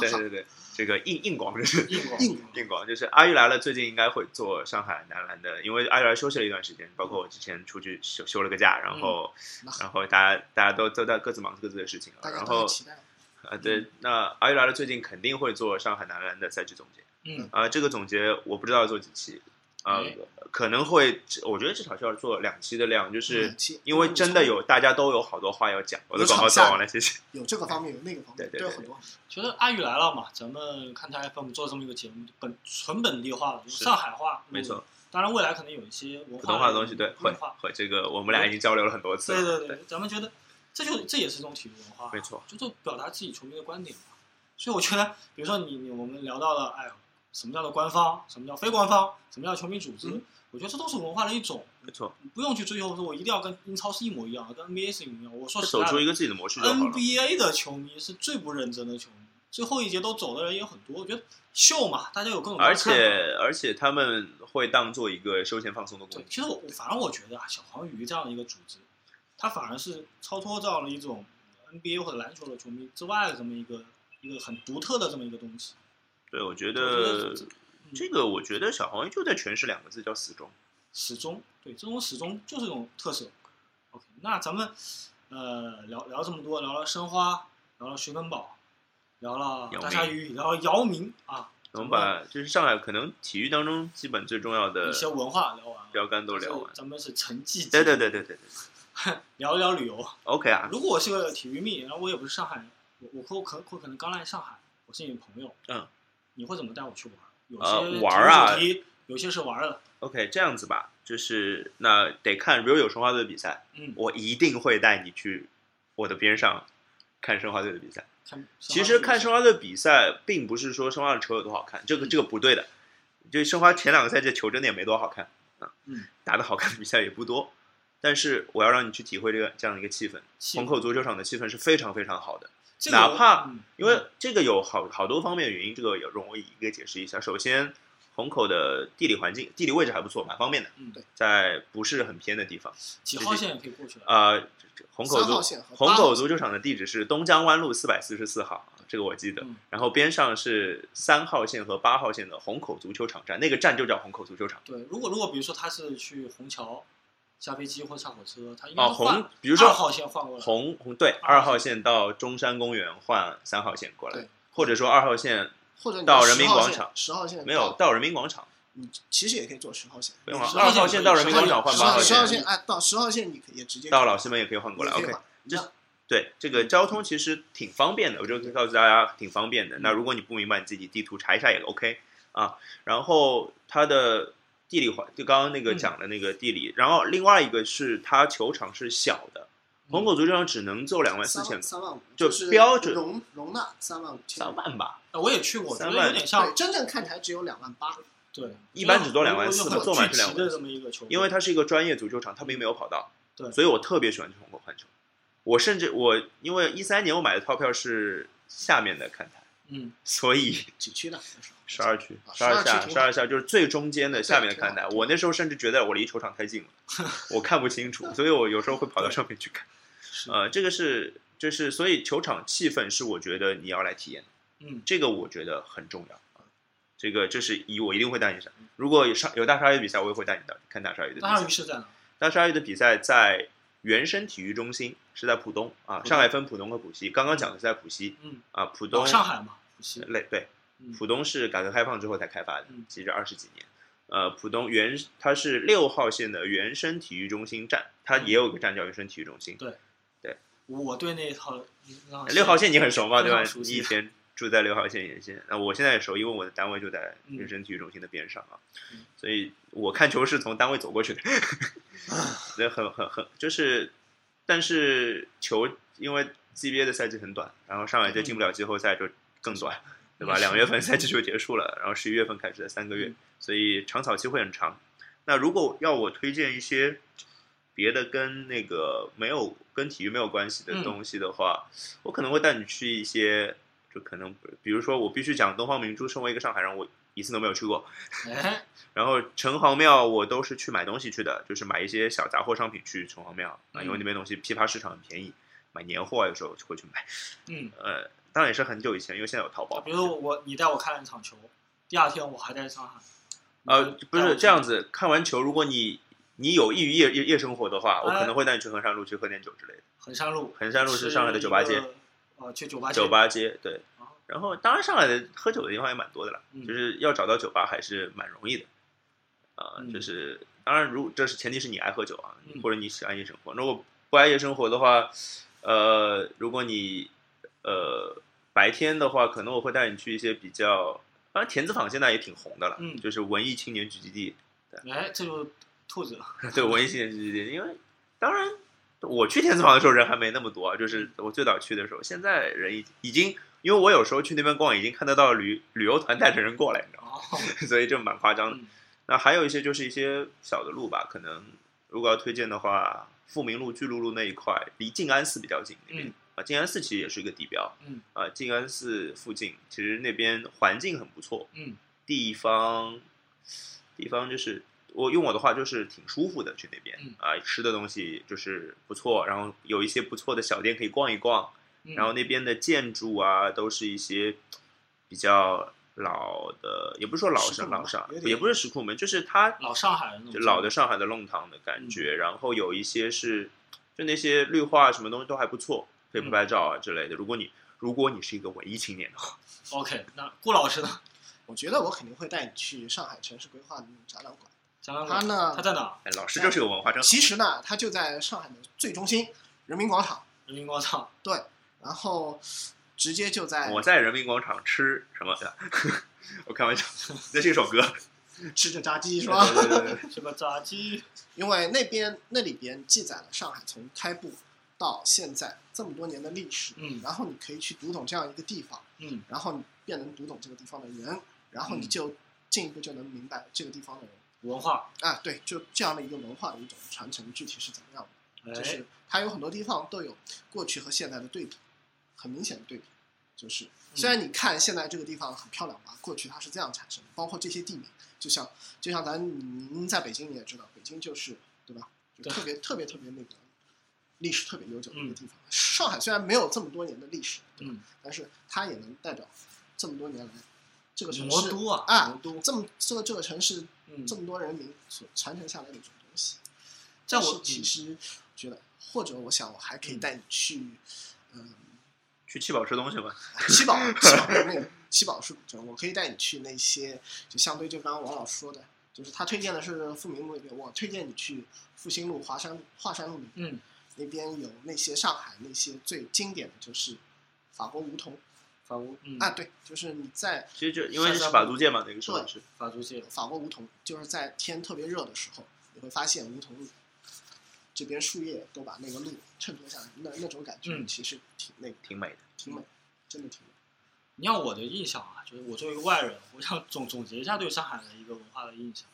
Speaker 2: 对对对，这个硬硬广就是。
Speaker 1: 硬广，
Speaker 3: 硬广
Speaker 2: 硬广就是阿玉来了，最近应该会做上海男篮的，因为阿玉来休息了一段时间，包括我之前出去休休了个假，然后、
Speaker 3: 嗯那好
Speaker 2: 然后大家大家都都在各自忙各自的事情了，
Speaker 3: 大家
Speaker 2: 然
Speaker 3: 都
Speaker 2: 后
Speaker 3: 很期待。
Speaker 2: 啊，
Speaker 3: 嗯
Speaker 2: 对，那阿育来了最近肯定会做上海男篮的赛季总结。
Speaker 1: 嗯，
Speaker 2: 啊，这个总结我不知道要做几期，啊
Speaker 1: 哎，
Speaker 2: 可能会，我觉得至少需要做两期的量，就
Speaker 1: 嗯
Speaker 2: 是
Speaker 3: 两期
Speaker 2: 因为真的有大家都有好多话要讲。我的
Speaker 3: 有
Speaker 2: 广告
Speaker 3: 场
Speaker 2: 做
Speaker 3: 下
Speaker 2: 完了，谢谢。
Speaker 1: 嗯
Speaker 3: 有这个方面，有那个方
Speaker 2: 对
Speaker 3: 面，
Speaker 2: 对
Speaker 3: 都有
Speaker 2: 对
Speaker 3: 很多。
Speaker 1: 觉得阿宇来了嘛，咱们看台 FM 做这么一个节目，本纯本地化的，用
Speaker 2: 是
Speaker 1: 上海话，
Speaker 2: 没错。，
Speaker 1: 当然，未来可能有一些文
Speaker 2: 普
Speaker 1: 化
Speaker 2: 通话的东西对，会
Speaker 1: 文化，
Speaker 2: 和这个我们俩已经交流了很多
Speaker 1: 嗯
Speaker 2: 次
Speaker 1: 对
Speaker 2: 了。
Speaker 1: 对对，咱们觉得这就这也是一种体育文化，啊
Speaker 2: 没错，
Speaker 1: 就是表达自己球迷的观点嘛。所以我觉得，比如说你你我们聊到了，哎，什么叫做官方，什么叫非官方，什么叫球迷组织，
Speaker 2: 嗯
Speaker 1: 我觉得这都是文化的一种，
Speaker 2: 没错，
Speaker 1: 你不用去追求说我一定要跟英超是一模一样的，跟 NBA 是一模一样的。我说实
Speaker 2: 走
Speaker 1: 在
Speaker 2: 出一
Speaker 1: 的
Speaker 2: 个自己的模式就好了。
Speaker 1: ，NBA 的球迷是最不认真的球迷，最后一节都走的人也有很多。我觉得秀嘛，大家有各种各样
Speaker 2: 而
Speaker 1: 的看法
Speaker 2: 且而且他们会当做一个休闲放松的工
Speaker 1: 对，
Speaker 2: 具。
Speaker 1: 其实我我反而我觉得啊，小黄鱼这样的一个组织，它反而是超脱到了一种 NBA 或者篮球的球迷之外的这么一个一个很独特的这么一个东西。
Speaker 2: 对，我觉
Speaker 1: 我觉
Speaker 2: 得
Speaker 1: 得嗯这
Speaker 2: 这个，我觉得小黄鱼就在诠释两个字叫死忠。
Speaker 1: 始终对这种始终就是一种特色。OK，那咱们呃聊聊这么多，聊了申花，聊了徐根宝，聊了
Speaker 2: 姚
Speaker 1: 大鲨鱼，聊了姚明啊，
Speaker 2: 我们把就是上海可能体育当中基本最重要的
Speaker 1: 一些文化聊完了，
Speaker 2: 标杆都聊
Speaker 1: 但
Speaker 2: 完
Speaker 1: 是。咱们是成绩，
Speaker 2: 对对，对对对对
Speaker 1: 聊一聊旅游。
Speaker 2: ，OK 啊，
Speaker 1: 如果我是个体育迷，然后我也不是上海人，我我可我可我可能刚来上海，我是你的朋友，
Speaker 2: 嗯，
Speaker 1: 你会怎么带我去玩？有
Speaker 2: 呃
Speaker 1: 些
Speaker 2: 玩儿啊
Speaker 1: 体育主题，有些是玩儿的，
Speaker 2: ，OK 这样子吧，就是那得看，如果有申花队的比赛，
Speaker 1: 嗯，
Speaker 2: 我一定会带你去我的边上看申花队的比赛。
Speaker 1: 看
Speaker 2: 其实看申
Speaker 1: 说
Speaker 2: 花队比赛，并不是说申花的球有多好看，
Speaker 1: 嗯
Speaker 2: 这个这个不对的。就申花前两个赛季的球真的也没多好看啊，
Speaker 1: 嗯，
Speaker 2: 打的好看的比赛也不多，但是我要让你去体会这个这样的一个气氛，
Speaker 1: 气氛
Speaker 2: 虹口足球场的气氛是非常非常好的。
Speaker 1: 这个
Speaker 2: 哪
Speaker 1: 我
Speaker 2: 怕
Speaker 1: 嗯
Speaker 2: 因为这个有好好多方面原因，这个也容我一个解释一下。首先，虹口的地理环境、地理位置还不错，蛮方便的，
Speaker 1: 嗯对，
Speaker 2: 在不是很偏的地方。
Speaker 1: 几号线也可以过去的，
Speaker 2: 呃，虹口
Speaker 3: 三
Speaker 2: 足
Speaker 3: 号线和八
Speaker 2: 虹
Speaker 3: 号
Speaker 2: 口
Speaker 3: 线
Speaker 2: 足球场的地址是东江湾路四百四十四号，这个我记得
Speaker 1: 嗯。
Speaker 2: 然后边上是三号线和八号线的虹口足球场站，那个站就叫虹口足球场。
Speaker 1: 对，如果如果比如说他是去虹桥下飞机或下火车，他应该
Speaker 2: 啊，
Speaker 1: 是换
Speaker 2: 虹，比如说
Speaker 1: 二号线换过来，
Speaker 2: 虹虹对
Speaker 1: 二
Speaker 2: 二
Speaker 1: 号
Speaker 2: 号线到中山公园换三号线过来
Speaker 3: 对，
Speaker 2: 或者说二号线
Speaker 3: 或者你
Speaker 2: 到
Speaker 3: 10
Speaker 2: 人民
Speaker 3: 号
Speaker 2: 广
Speaker 3: 线
Speaker 2: 场
Speaker 3: 十号线
Speaker 2: 没有
Speaker 3: 到
Speaker 2: 到人民广场。
Speaker 3: 你其实也可以做十号线，
Speaker 2: 不用了，
Speaker 1: 十
Speaker 2: 二
Speaker 1: 号
Speaker 2: 号
Speaker 1: 线
Speaker 2: 线
Speaker 1: 可以
Speaker 2: 到人民
Speaker 1: 十号线
Speaker 2: 广场换
Speaker 3: 十
Speaker 2: 八
Speaker 3: 号
Speaker 2: 号
Speaker 3: 十号
Speaker 2: 线，
Speaker 3: 线哎，到十号线你可也直接
Speaker 2: 到老西门也可以换过来。
Speaker 3: 你可以
Speaker 2: OK，
Speaker 3: 换
Speaker 2: 这
Speaker 3: 那
Speaker 2: 对，这个交通其实挺方便的，我就可以告诉大家挺方便的。那如果你不明白，你自己地图查一下也 OK 啊。然后它的地理环，就刚刚那个
Speaker 1: 嗯
Speaker 2: 讲的那个地理，然后另外一个是它球场是小的，虹口足球场只能坐两万四
Speaker 3: 三
Speaker 2: 千
Speaker 3: 万三万五
Speaker 2: 就
Speaker 3: 就是
Speaker 2: 标准
Speaker 3: 容容纳三万五千
Speaker 2: 三。万吧，
Speaker 1: 呃我也去过，我觉
Speaker 2: 三
Speaker 1: 得
Speaker 2: 万
Speaker 1: 有点像
Speaker 3: 对，真正看台只有两万八，
Speaker 1: 对，
Speaker 2: 一般只多两万四
Speaker 1: 因为
Speaker 2: 嘛
Speaker 1: 我
Speaker 2: 坐满是
Speaker 1: 聚集
Speaker 2: 两万四
Speaker 1: 的这么一个球队，
Speaker 2: 因为它是一个专业足球场，它并没有跑道，
Speaker 1: 对
Speaker 2: 所以我特别喜欢去虹口看球。我甚至我因为一三年我买的套票是下面的看台，
Speaker 1: 嗯，
Speaker 2: 所以
Speaker 3: 几区的？
Speaker 2: 十二区、
Speaker 3: 啊
Speaker 2: 十二
Speaker 3: 12
Speaker 2: 下、
Speaker 3: 区挺好
Speaker 2: 十二下就是最中间的下面的看台。
Speaker 3: 对挺好
Speaker 2: 我那时候甚至觉得我离球场太近了，我看不清楚，所以我有时候会跑到上面去看。
Speaker 1: 是
Speaker 2: 呃，这个是就是所以球场气氛是我觉得你要来体验的，
Speaker 1: 嗯
Speaker 2: 这个我觉得很重要。啊这个这是一我一定会带你上，如果有上有大鲨鱼比赛，我也会带你到看大鲨鱼的比赛。
Speaker 1: 大鲨鱼是在哪？
Speaker 2: 大鲨鱼的比赛在原生体育中心，是在浦东啊，
Speaker 1: 东
Speaker 2: 上海分浦东和浦西。刚刚讲的是在浦西
Speaker 1: 嗯，
Speaker 2: 啊，浦东
Speaker 1: 哦上海嘛，浦西，
Speaker 2: 类对
Speaker 1: 嗯，
Speaker 2: 浦东是改革开放之后才开发的
Speaker 1: 嗯，
Speaker 2: 其实二十几年。呃，浦东原它是六号线的原生体育中心站，它
Speaker 1: 嗯
Speaker 2: 也有一个站叫原生体育中心。
Speaker 1: 我对那一套那套
Speaker 2: 六号线你很熟嘛，对吧
Speaker 1: 非常？熟
Speaker 2: 你
Speaker 1: 悉
Speaker 2: 以前住在六号线沿线，那我现在也熟，因为我的单位就在
Speaker 1: 嗯
Speaker 2: 人生体育中心的边上啊
Speaker 1: 嗯，
Speaker 2: 所以我看球是从单位走过 去的，那很很很就是，但是球因为 CBA 的赛季很短，然后上海队进不了季后赛就更短，对吧？
Speaker 1: 嗯
Speaker 2: 两月份赛季就结束了，然后十一月份开始的三个月
Speaker 1: 嗯，
Speaker 2: 所以长草期会很长。那如果要我推荐一些别的跟那个没有跟体育没有关系的
Speaker 1: 嗯
Speaker 2: 东西的话，我可能会带你去一些，就可能比如说我必须讲东方明珠，身为一个上海人，我一次都没有去过。
Speaker 1: 哎，
Speaker 2: 然后城隍庙我都是去买东西去的，就是买一些小杂货商品去城隍庙，啊，因
Speaker 1: 嗯
Speaker 2: 为那边东西批发市场很便宜，买年货啊有时候就会去买。
Speaker 1: 嗯，
Speaker 2: 呃，当然也是很久以前，因为现在有淘宝。
Speaker 1: 啊比如我你带我看了一场球，第二天我还在上海，
Speaker 2: 呃，不是这样
Speaker 1: 子，
Speaker 2: 子，看完球，如果你你有益于夜夜夜生活的话，我
Speaker 1: 哎
Speaker 2: 可能会带你去衡山路去喝点酒之类的。
Speaker 1: 衡山路，
Speaker 2: 衡山路是上海的酒吧街，
Speaker 1: 呃，去酒吧街，
Speaker 2: 酒吧街对
Speaker 1: 哦，
Speaker 2: 然后当然上海的喝酒的地方也蛮多的啦，
Speaker 1: 嗯
Speaker 2: 就是要找到酒吧还是蛮容易的，啊、
Speaker 1: 嗯
Speaker 2: 就是当然如这是前提是你爱喝酒啊，
Speaker 1: 嗯
Speaker 2: 或者你喜欢夜生活。如果不爱夜生活的话，呃，如果你呃白天的话，可能我会带你去一些比较，当然田子坊现在也挺红的了，
Speaker 1: 嗯
Speaker 2: 就是文艺青年聚集地，
Speaker 1: 哎，这就是兔子，
Speaker 2: 对文艺青年聚集地，因为当然我去天子坊的时候人还没那么多啊，就是我最早去的时候，现在人已已经，因为我有时候去那边逛，已经看得到旅旅游团带着人过来，你知道
Speaker 1: 哦，
Speaker 2: 吗？ 所以就蛮夸张的。
Speaker 1: 嗯
Speaker 2: 那还有一些就是一些小的路吧，可能如果要推荐的话，富民路、巨鹿路那一块离静安寺比较近，那边、
Speaker 1: 嗯
Speaker 2: 啊，静安寺其实也是一个地标，
Speaker 1: 嗯
Speaker 2: 啊，静安寺附近其实那边环境很不错，
Speaker 1: 嗯
Speaker 2: 地方，地方就是我用我的话就是挺舒服的，去那边
Speaker 1: 嗯
Speaker 2: 啊、吃的东西就是不错，然后有一些不错的小店可以逛一逛，
Speaker 1: 嗯，
Speaker 2: 然后那边的建筑啊都是一些比较老的，也不是说老
Speaker 3: 石
Speaker 2: 上
Speaker 3: 库门
Speaker 2: 老上
Speaker 3: 有，点
Speaker 2: 也不是石库门，就是它
Speaker 1: 老上海的那
Speaker 2: 就
Speaker 1: 种嗯
Speaker 2: 老的上海的弄堂的感觉，然后有一些是就那些绿化什么东西都还不错，可以拍
Speaker 1: 嗯
Speaker 2: 拍照啊之类的。如果你如果你是一个文艺青年的话，
Speaker 1: ，OK，那顾老师呢？
Speaker 3: 我觉得我肯定会带你去上海城市规划的那种展览馆。
Speaker 1: 讲讲
Speaker 3: 它
Speaker 1: 我
Speaker 3: 呢
Speaker 1: 他，在哪？
Speaker 2: 哎老师就是有文化，真好。
Speaker 3: 其实呢，它就在上海的最中心人民广场，
Speaker 1: 人民广场，
Speaker 3: 对，然后直接就在
Speaker 2: 我在人民广场吃什么？ 我开玩笑，那是一首歌，
Speaker 3: 吃着炸鸡是
Speaker 2: 对
Speaker 3: 吧？
Speaker 2: 对对对对
Speaker 1: 什么炸鸡？
Speaker 3: 因为那边那里边记载了上海从开埠到现在这么多年的历史，
Speaker 1: 嗯
Speaker 3: 然后你可以去读懂这样一个地方，
Speaker 1: 嗯
Speaker 3: 然后你便能读懂这个地方的人，然后你
Speaker 1: 嗯
Speaker 3: 就进一步就能明白这个地方的人。
Speaker 1: 文化，
Speaker 3: 啊，对，就这样的一个文化的一种传承，具体是怎么样的？就
Speaker 1: 哎，
Speaker 3: 是它有很多地方都有过去和现在的对比，很明显的对比。就是
Speaker 1: 嗯
Speaker 3: 虽然你看现在这个地方很漂亮吧，过去它是这样产生的，包括这些地名，就像就像咱您在北京你也知道，北京就是对吧？就
Speaker 1: 对
Speaker 3: 特别特别特别那个历史特别悠久的一个
Speaker 1: 嗯
Speaker 3: 地方。上海虽然没有这么多年的历史，对吧？
Speaker 1: 嗯，
Speaker 3: 但是它也能代表这么多年来这个城
Speaker 1: 魔
Speaker 3: 市
Speaker 1: 都啊，
Speaker 3: 啊
Speaker 1: 魔都，
Speaker 3: 这么这个这个城市
Speaker 1: 嗯
Speaker 3: 这，么多人民所传承下来的一种东西。
Speaker 1: 在
Speaker 3: 但
Speaker 1: 我嗯
Speaker 3: 是其实觉得，或者我想我还可以带你去，嗯，
Speaker 2: 去七宝吃东西吧。
Speaker 3: 七宝七宝那个七宝是古镇，我可以带你去那些，就相对就刚刚王老师说的，就是他推荐的是富民路那边，我推荐你去复兴路、华山华山路那边，
Speaker 1: 嗯，
Speaker 3: 那边有那些上海那些最经典的就是法国梧桐
Speaker 1: 法国嗯
Speaker 3: 啊，对，就是你在
Speaker 2: 其实就因为是法租界嘛，那个时候
Speaker 3: 对
Speaker 2: 是，
Speaker 1: 法租界
Speaker 3: 法国梧桐，就是在天特别热的时候，你会发现梧桐这边树叶都把那个路衬托下来，那那种感觉
Speaker 1: 嗯
Speaker 3: 其实挺那个
Speaker 2: 挺美的。
Speaker 3: 挺美，真的挺美。
Speaker 1: 你要我的印象啊，就是我作为一个外人，我想总总结一下对上海的一个文化的印象，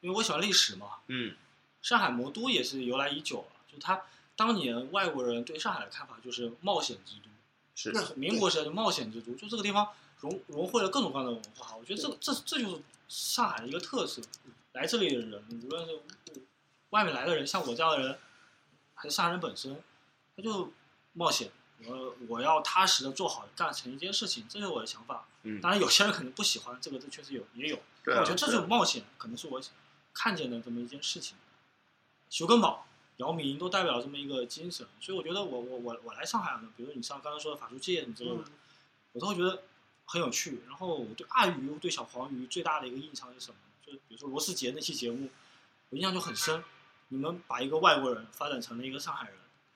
Speaker 1: 因为我喜欢历史嘛，
Speaker 2: 嗯
Speaker 1: 上海魔都也是由来已久了，就它当年外国人对上海的看法就是冒险之都，
Speaker 2: 是
Speaker 3: 那
Speaker 1: 民国时代就冒险之都，就这个地方融融汇了各种各样的文化，我觉得这这这就是上海的一个特色。来这里的人，无论是外面来的人，像我这样的人，还是上海人本身，他就冒险，我我要踏实的做好干成一件事情，这是我的想法。
Speaker 2: 嗯，
Speaker 1: 当然，有些人可能不喜欢这个，这确实有也有，
Speaker 2: 对啊
Speaker 1: 我觉得这
Speaker 2: 对啊
Speaker 1: 种冒险可能是我看见的这么一件事情。徐根宝、姚明都代表了这么一个精神，所以我觉得我我我我来上海啊呢，比如你像刚刚说的法租界什么之类的，
Speaker 3: 嗯
Speaker 1: 我都会觉得很有趣。然后我对阿鱼、对小黄鱼最大的一个印象是什么呢？就是比如说罗世杰那期节目，我印象就很深。你们把一个外国人发展成了一个上海人，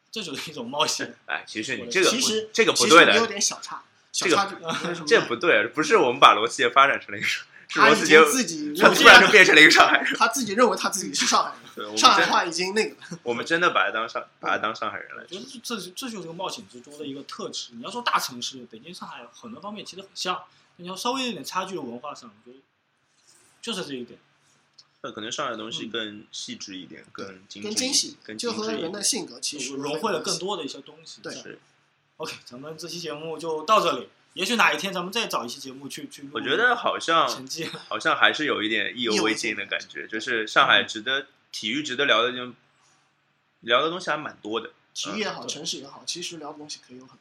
Speaker 1: 这就是一种冒险。
Speaker 2: 哎，其实你这个
Speaker 3: 其
Speaker 2: 不
Speaker 3: 实
Speaker 2: 这个不
Speaker 3: 其
Speaker 2: 对
Speaker 3: 实你有
Speaker 2: 的，
Speaker 3: 点小差，小
Speaker 2: 这个
Speaker 3: 差就不是什 么
Speaker 2: 这
Speaker 3: 赖
Speaker 2: 不对，啊不是我们把罗斯杰发展成了一个，是
Speaker 3: 他
Speaker 2: 罗
Speaker 3: 已
Speaker 2: 斯杰
Speaker 3: 经自己
Speaker 2: 他
Speaker 3: 认
Speaker 2: 突然就
Speaker 3: 为
Speaker 2: 变成了一个上海人。
Speaker 3: 他自己认为他自己是上海人，
Speaker 2: 对，我们
Speaker 3: 上海
Speaker 2: 真
Speaker 3: 话已经那个了。
Speaker 2: 我们真的把他当上把他当上海人
Speaker 1: 我
Speaker 2: 了。
Speaker 1: 觉得这这这就是个冒险之中的一个特质。你要说大城市，北京、上海很多方面其实很像，你要稍微有点差距的文化上，我觉得就是这一点。
Speaker 2: 那可能上海的东西
Speaker 1: 嗯
Speaker 2: 更细致一点，更精
Speaker 3: 跟
Speaker 2: 致一
Speaker 3: 惊
Speaker 2: 点
Speaker 3: 喜
Speaker 2: 更精
Speaker 3: 就和
Speaker 2: 致一
Speaker 3: 人
Speaker 2: 点
Speaker 3: 的。性格其实
Speaker 1: 融汇了更。多的一些东西。
Speaker 3: 对
Speaker 2: 是，
Speaker 1: OK，咱们这期节目就到这里。也许哪一天咱们再找一期节目去去录
Speaker 2: 我觉得好像
Speaker 1: 成绩，
Speaker 2: 好像还是有一点意犹未尽的感觉，就是上
Speaker 1: 嗯
Speaker 2: 海值得体育值得聊的就聊的东西还蛮多的，
Speaker 3: 体育也好，
Speaker 1: 嗯对
Speaker 3: 城市也好，其实聊的东西可以有很多。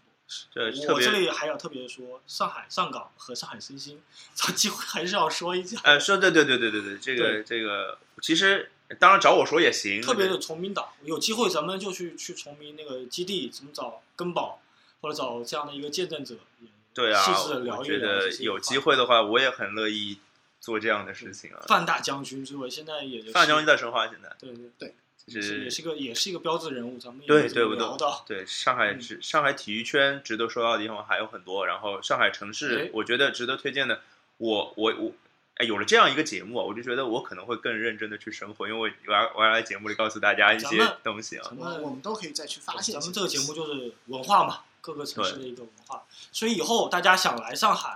Speaker 2: 这特
Speaker 1: 我这
Speaker 2: 别
Speaker 1: 里还要特别说，上海上港和上海申鑫， 找机会还是要说一下，
Speaker 2: 呃说对对对对对对，这个这个其实当然找我说也行，
Speaker 1: 特别是崇明岛，有机会咱们就去去崇明那个基地，怎么找根宝或者找这样的一个见证者，也
Speaker 2: 对啊
Speaker 1: 细致的，聊
Speaker 2: 我
Speaker 1: 一
Speaker 2: 觉
Speaker 1: 聊
Speaker 2: 得
Speaker 1: 这些
Speaker 2: 有
Speaker 1: 话
Speaker 2: 机。会的话，我也很乐意做这样的事情啊。
Speaker 1: 范大将军之位现在也
Speaker 2: 范将
Speaker 1: 军，
Speaker 2: 军在申花现在
Speaker 1: 对对
Speaker 2: 就
Speaker 1: 也
Speaker 2: 是
Speaker 1: 是个也是一个标志人物，咱们也
Speaker 2: 对
Speaker 1: 没怎
Speaker 2: 对
Speaker 1: 么
Speaker 2: 我都
Speaker 1: 聊嗯到，
Speaker 2: 对上海值上海体育圈值得说到的地方还有很多，然后上海城市
Speaker 1: 哎
Speaker 2: 我觉得值得推荐的，我我我。哎，有了这样一个节目啊，我就觉得我可能会更认真的去生活，因为我我要我要来节目里告诉大家一
Speaker 1: 咱
Speaker 2: 些
Speaker 1: 们
Speaker 2: 东西啊
Speaker 1: 咱。
Speaker 3: 我
Speaker 1: 们
Speaker 3: 我们都可以再去发现。
Speaker 1: 咱们这个节目就是文化嘛，各个城市
Speaker 2: 对
Speaker 1: 的一个文化，所以以后大家想来上海，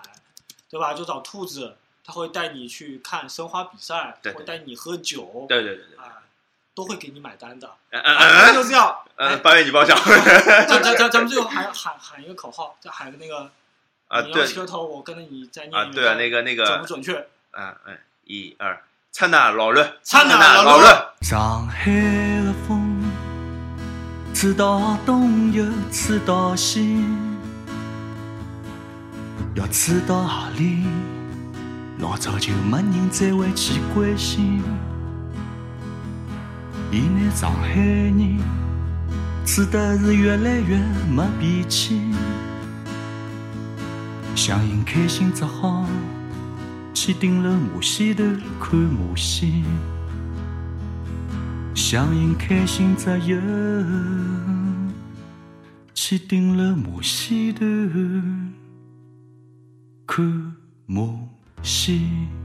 Speaker 1: 对吧？就找兔子，他会带你去看申花比赛，
Speaker 2: 对对
Speaker 1: 会带你喝酒，
Speaker 2: 对对对对，
Speaker 1: 啊，都会给你买单的。
Speaker 2: 嗯嗯嗯
Speaker 1: 啊就这样，
Speaker 2: 嗯，八月你 报销
Speaker 1: 咱咱咱咱们最后喊喊喊一个口号，再喊个那个
Speaker 2: 啊，
Speaker 1: 你要
Speaker 2: 对
Speaker 1: 磕头，我跟着你再念
Speaker 2: 啊
Speaker 1: 一遍。
Speaker 2: 对啊，那个那
Speaker 1: 准不
Speaker 2: 个，
Speaker 1: 准确？
Speaker 2: 嗯嗯，一二，灿烂老人，
Speaker 1: 灿烂
Speaker 2: 烂
Speaker 1: 老
Speaker 2: 老
Speaker 1: 人
Speaker 2: 人。
Speaker 4: 上海的风，吹到东又吹到西，要吹到何里？老早就没人再会去关心。现在上海人吹得是越来越没脾气，想应开心只好去顶楼马戏团看马戏。想应开心只有去顶楼马戏团看马戏。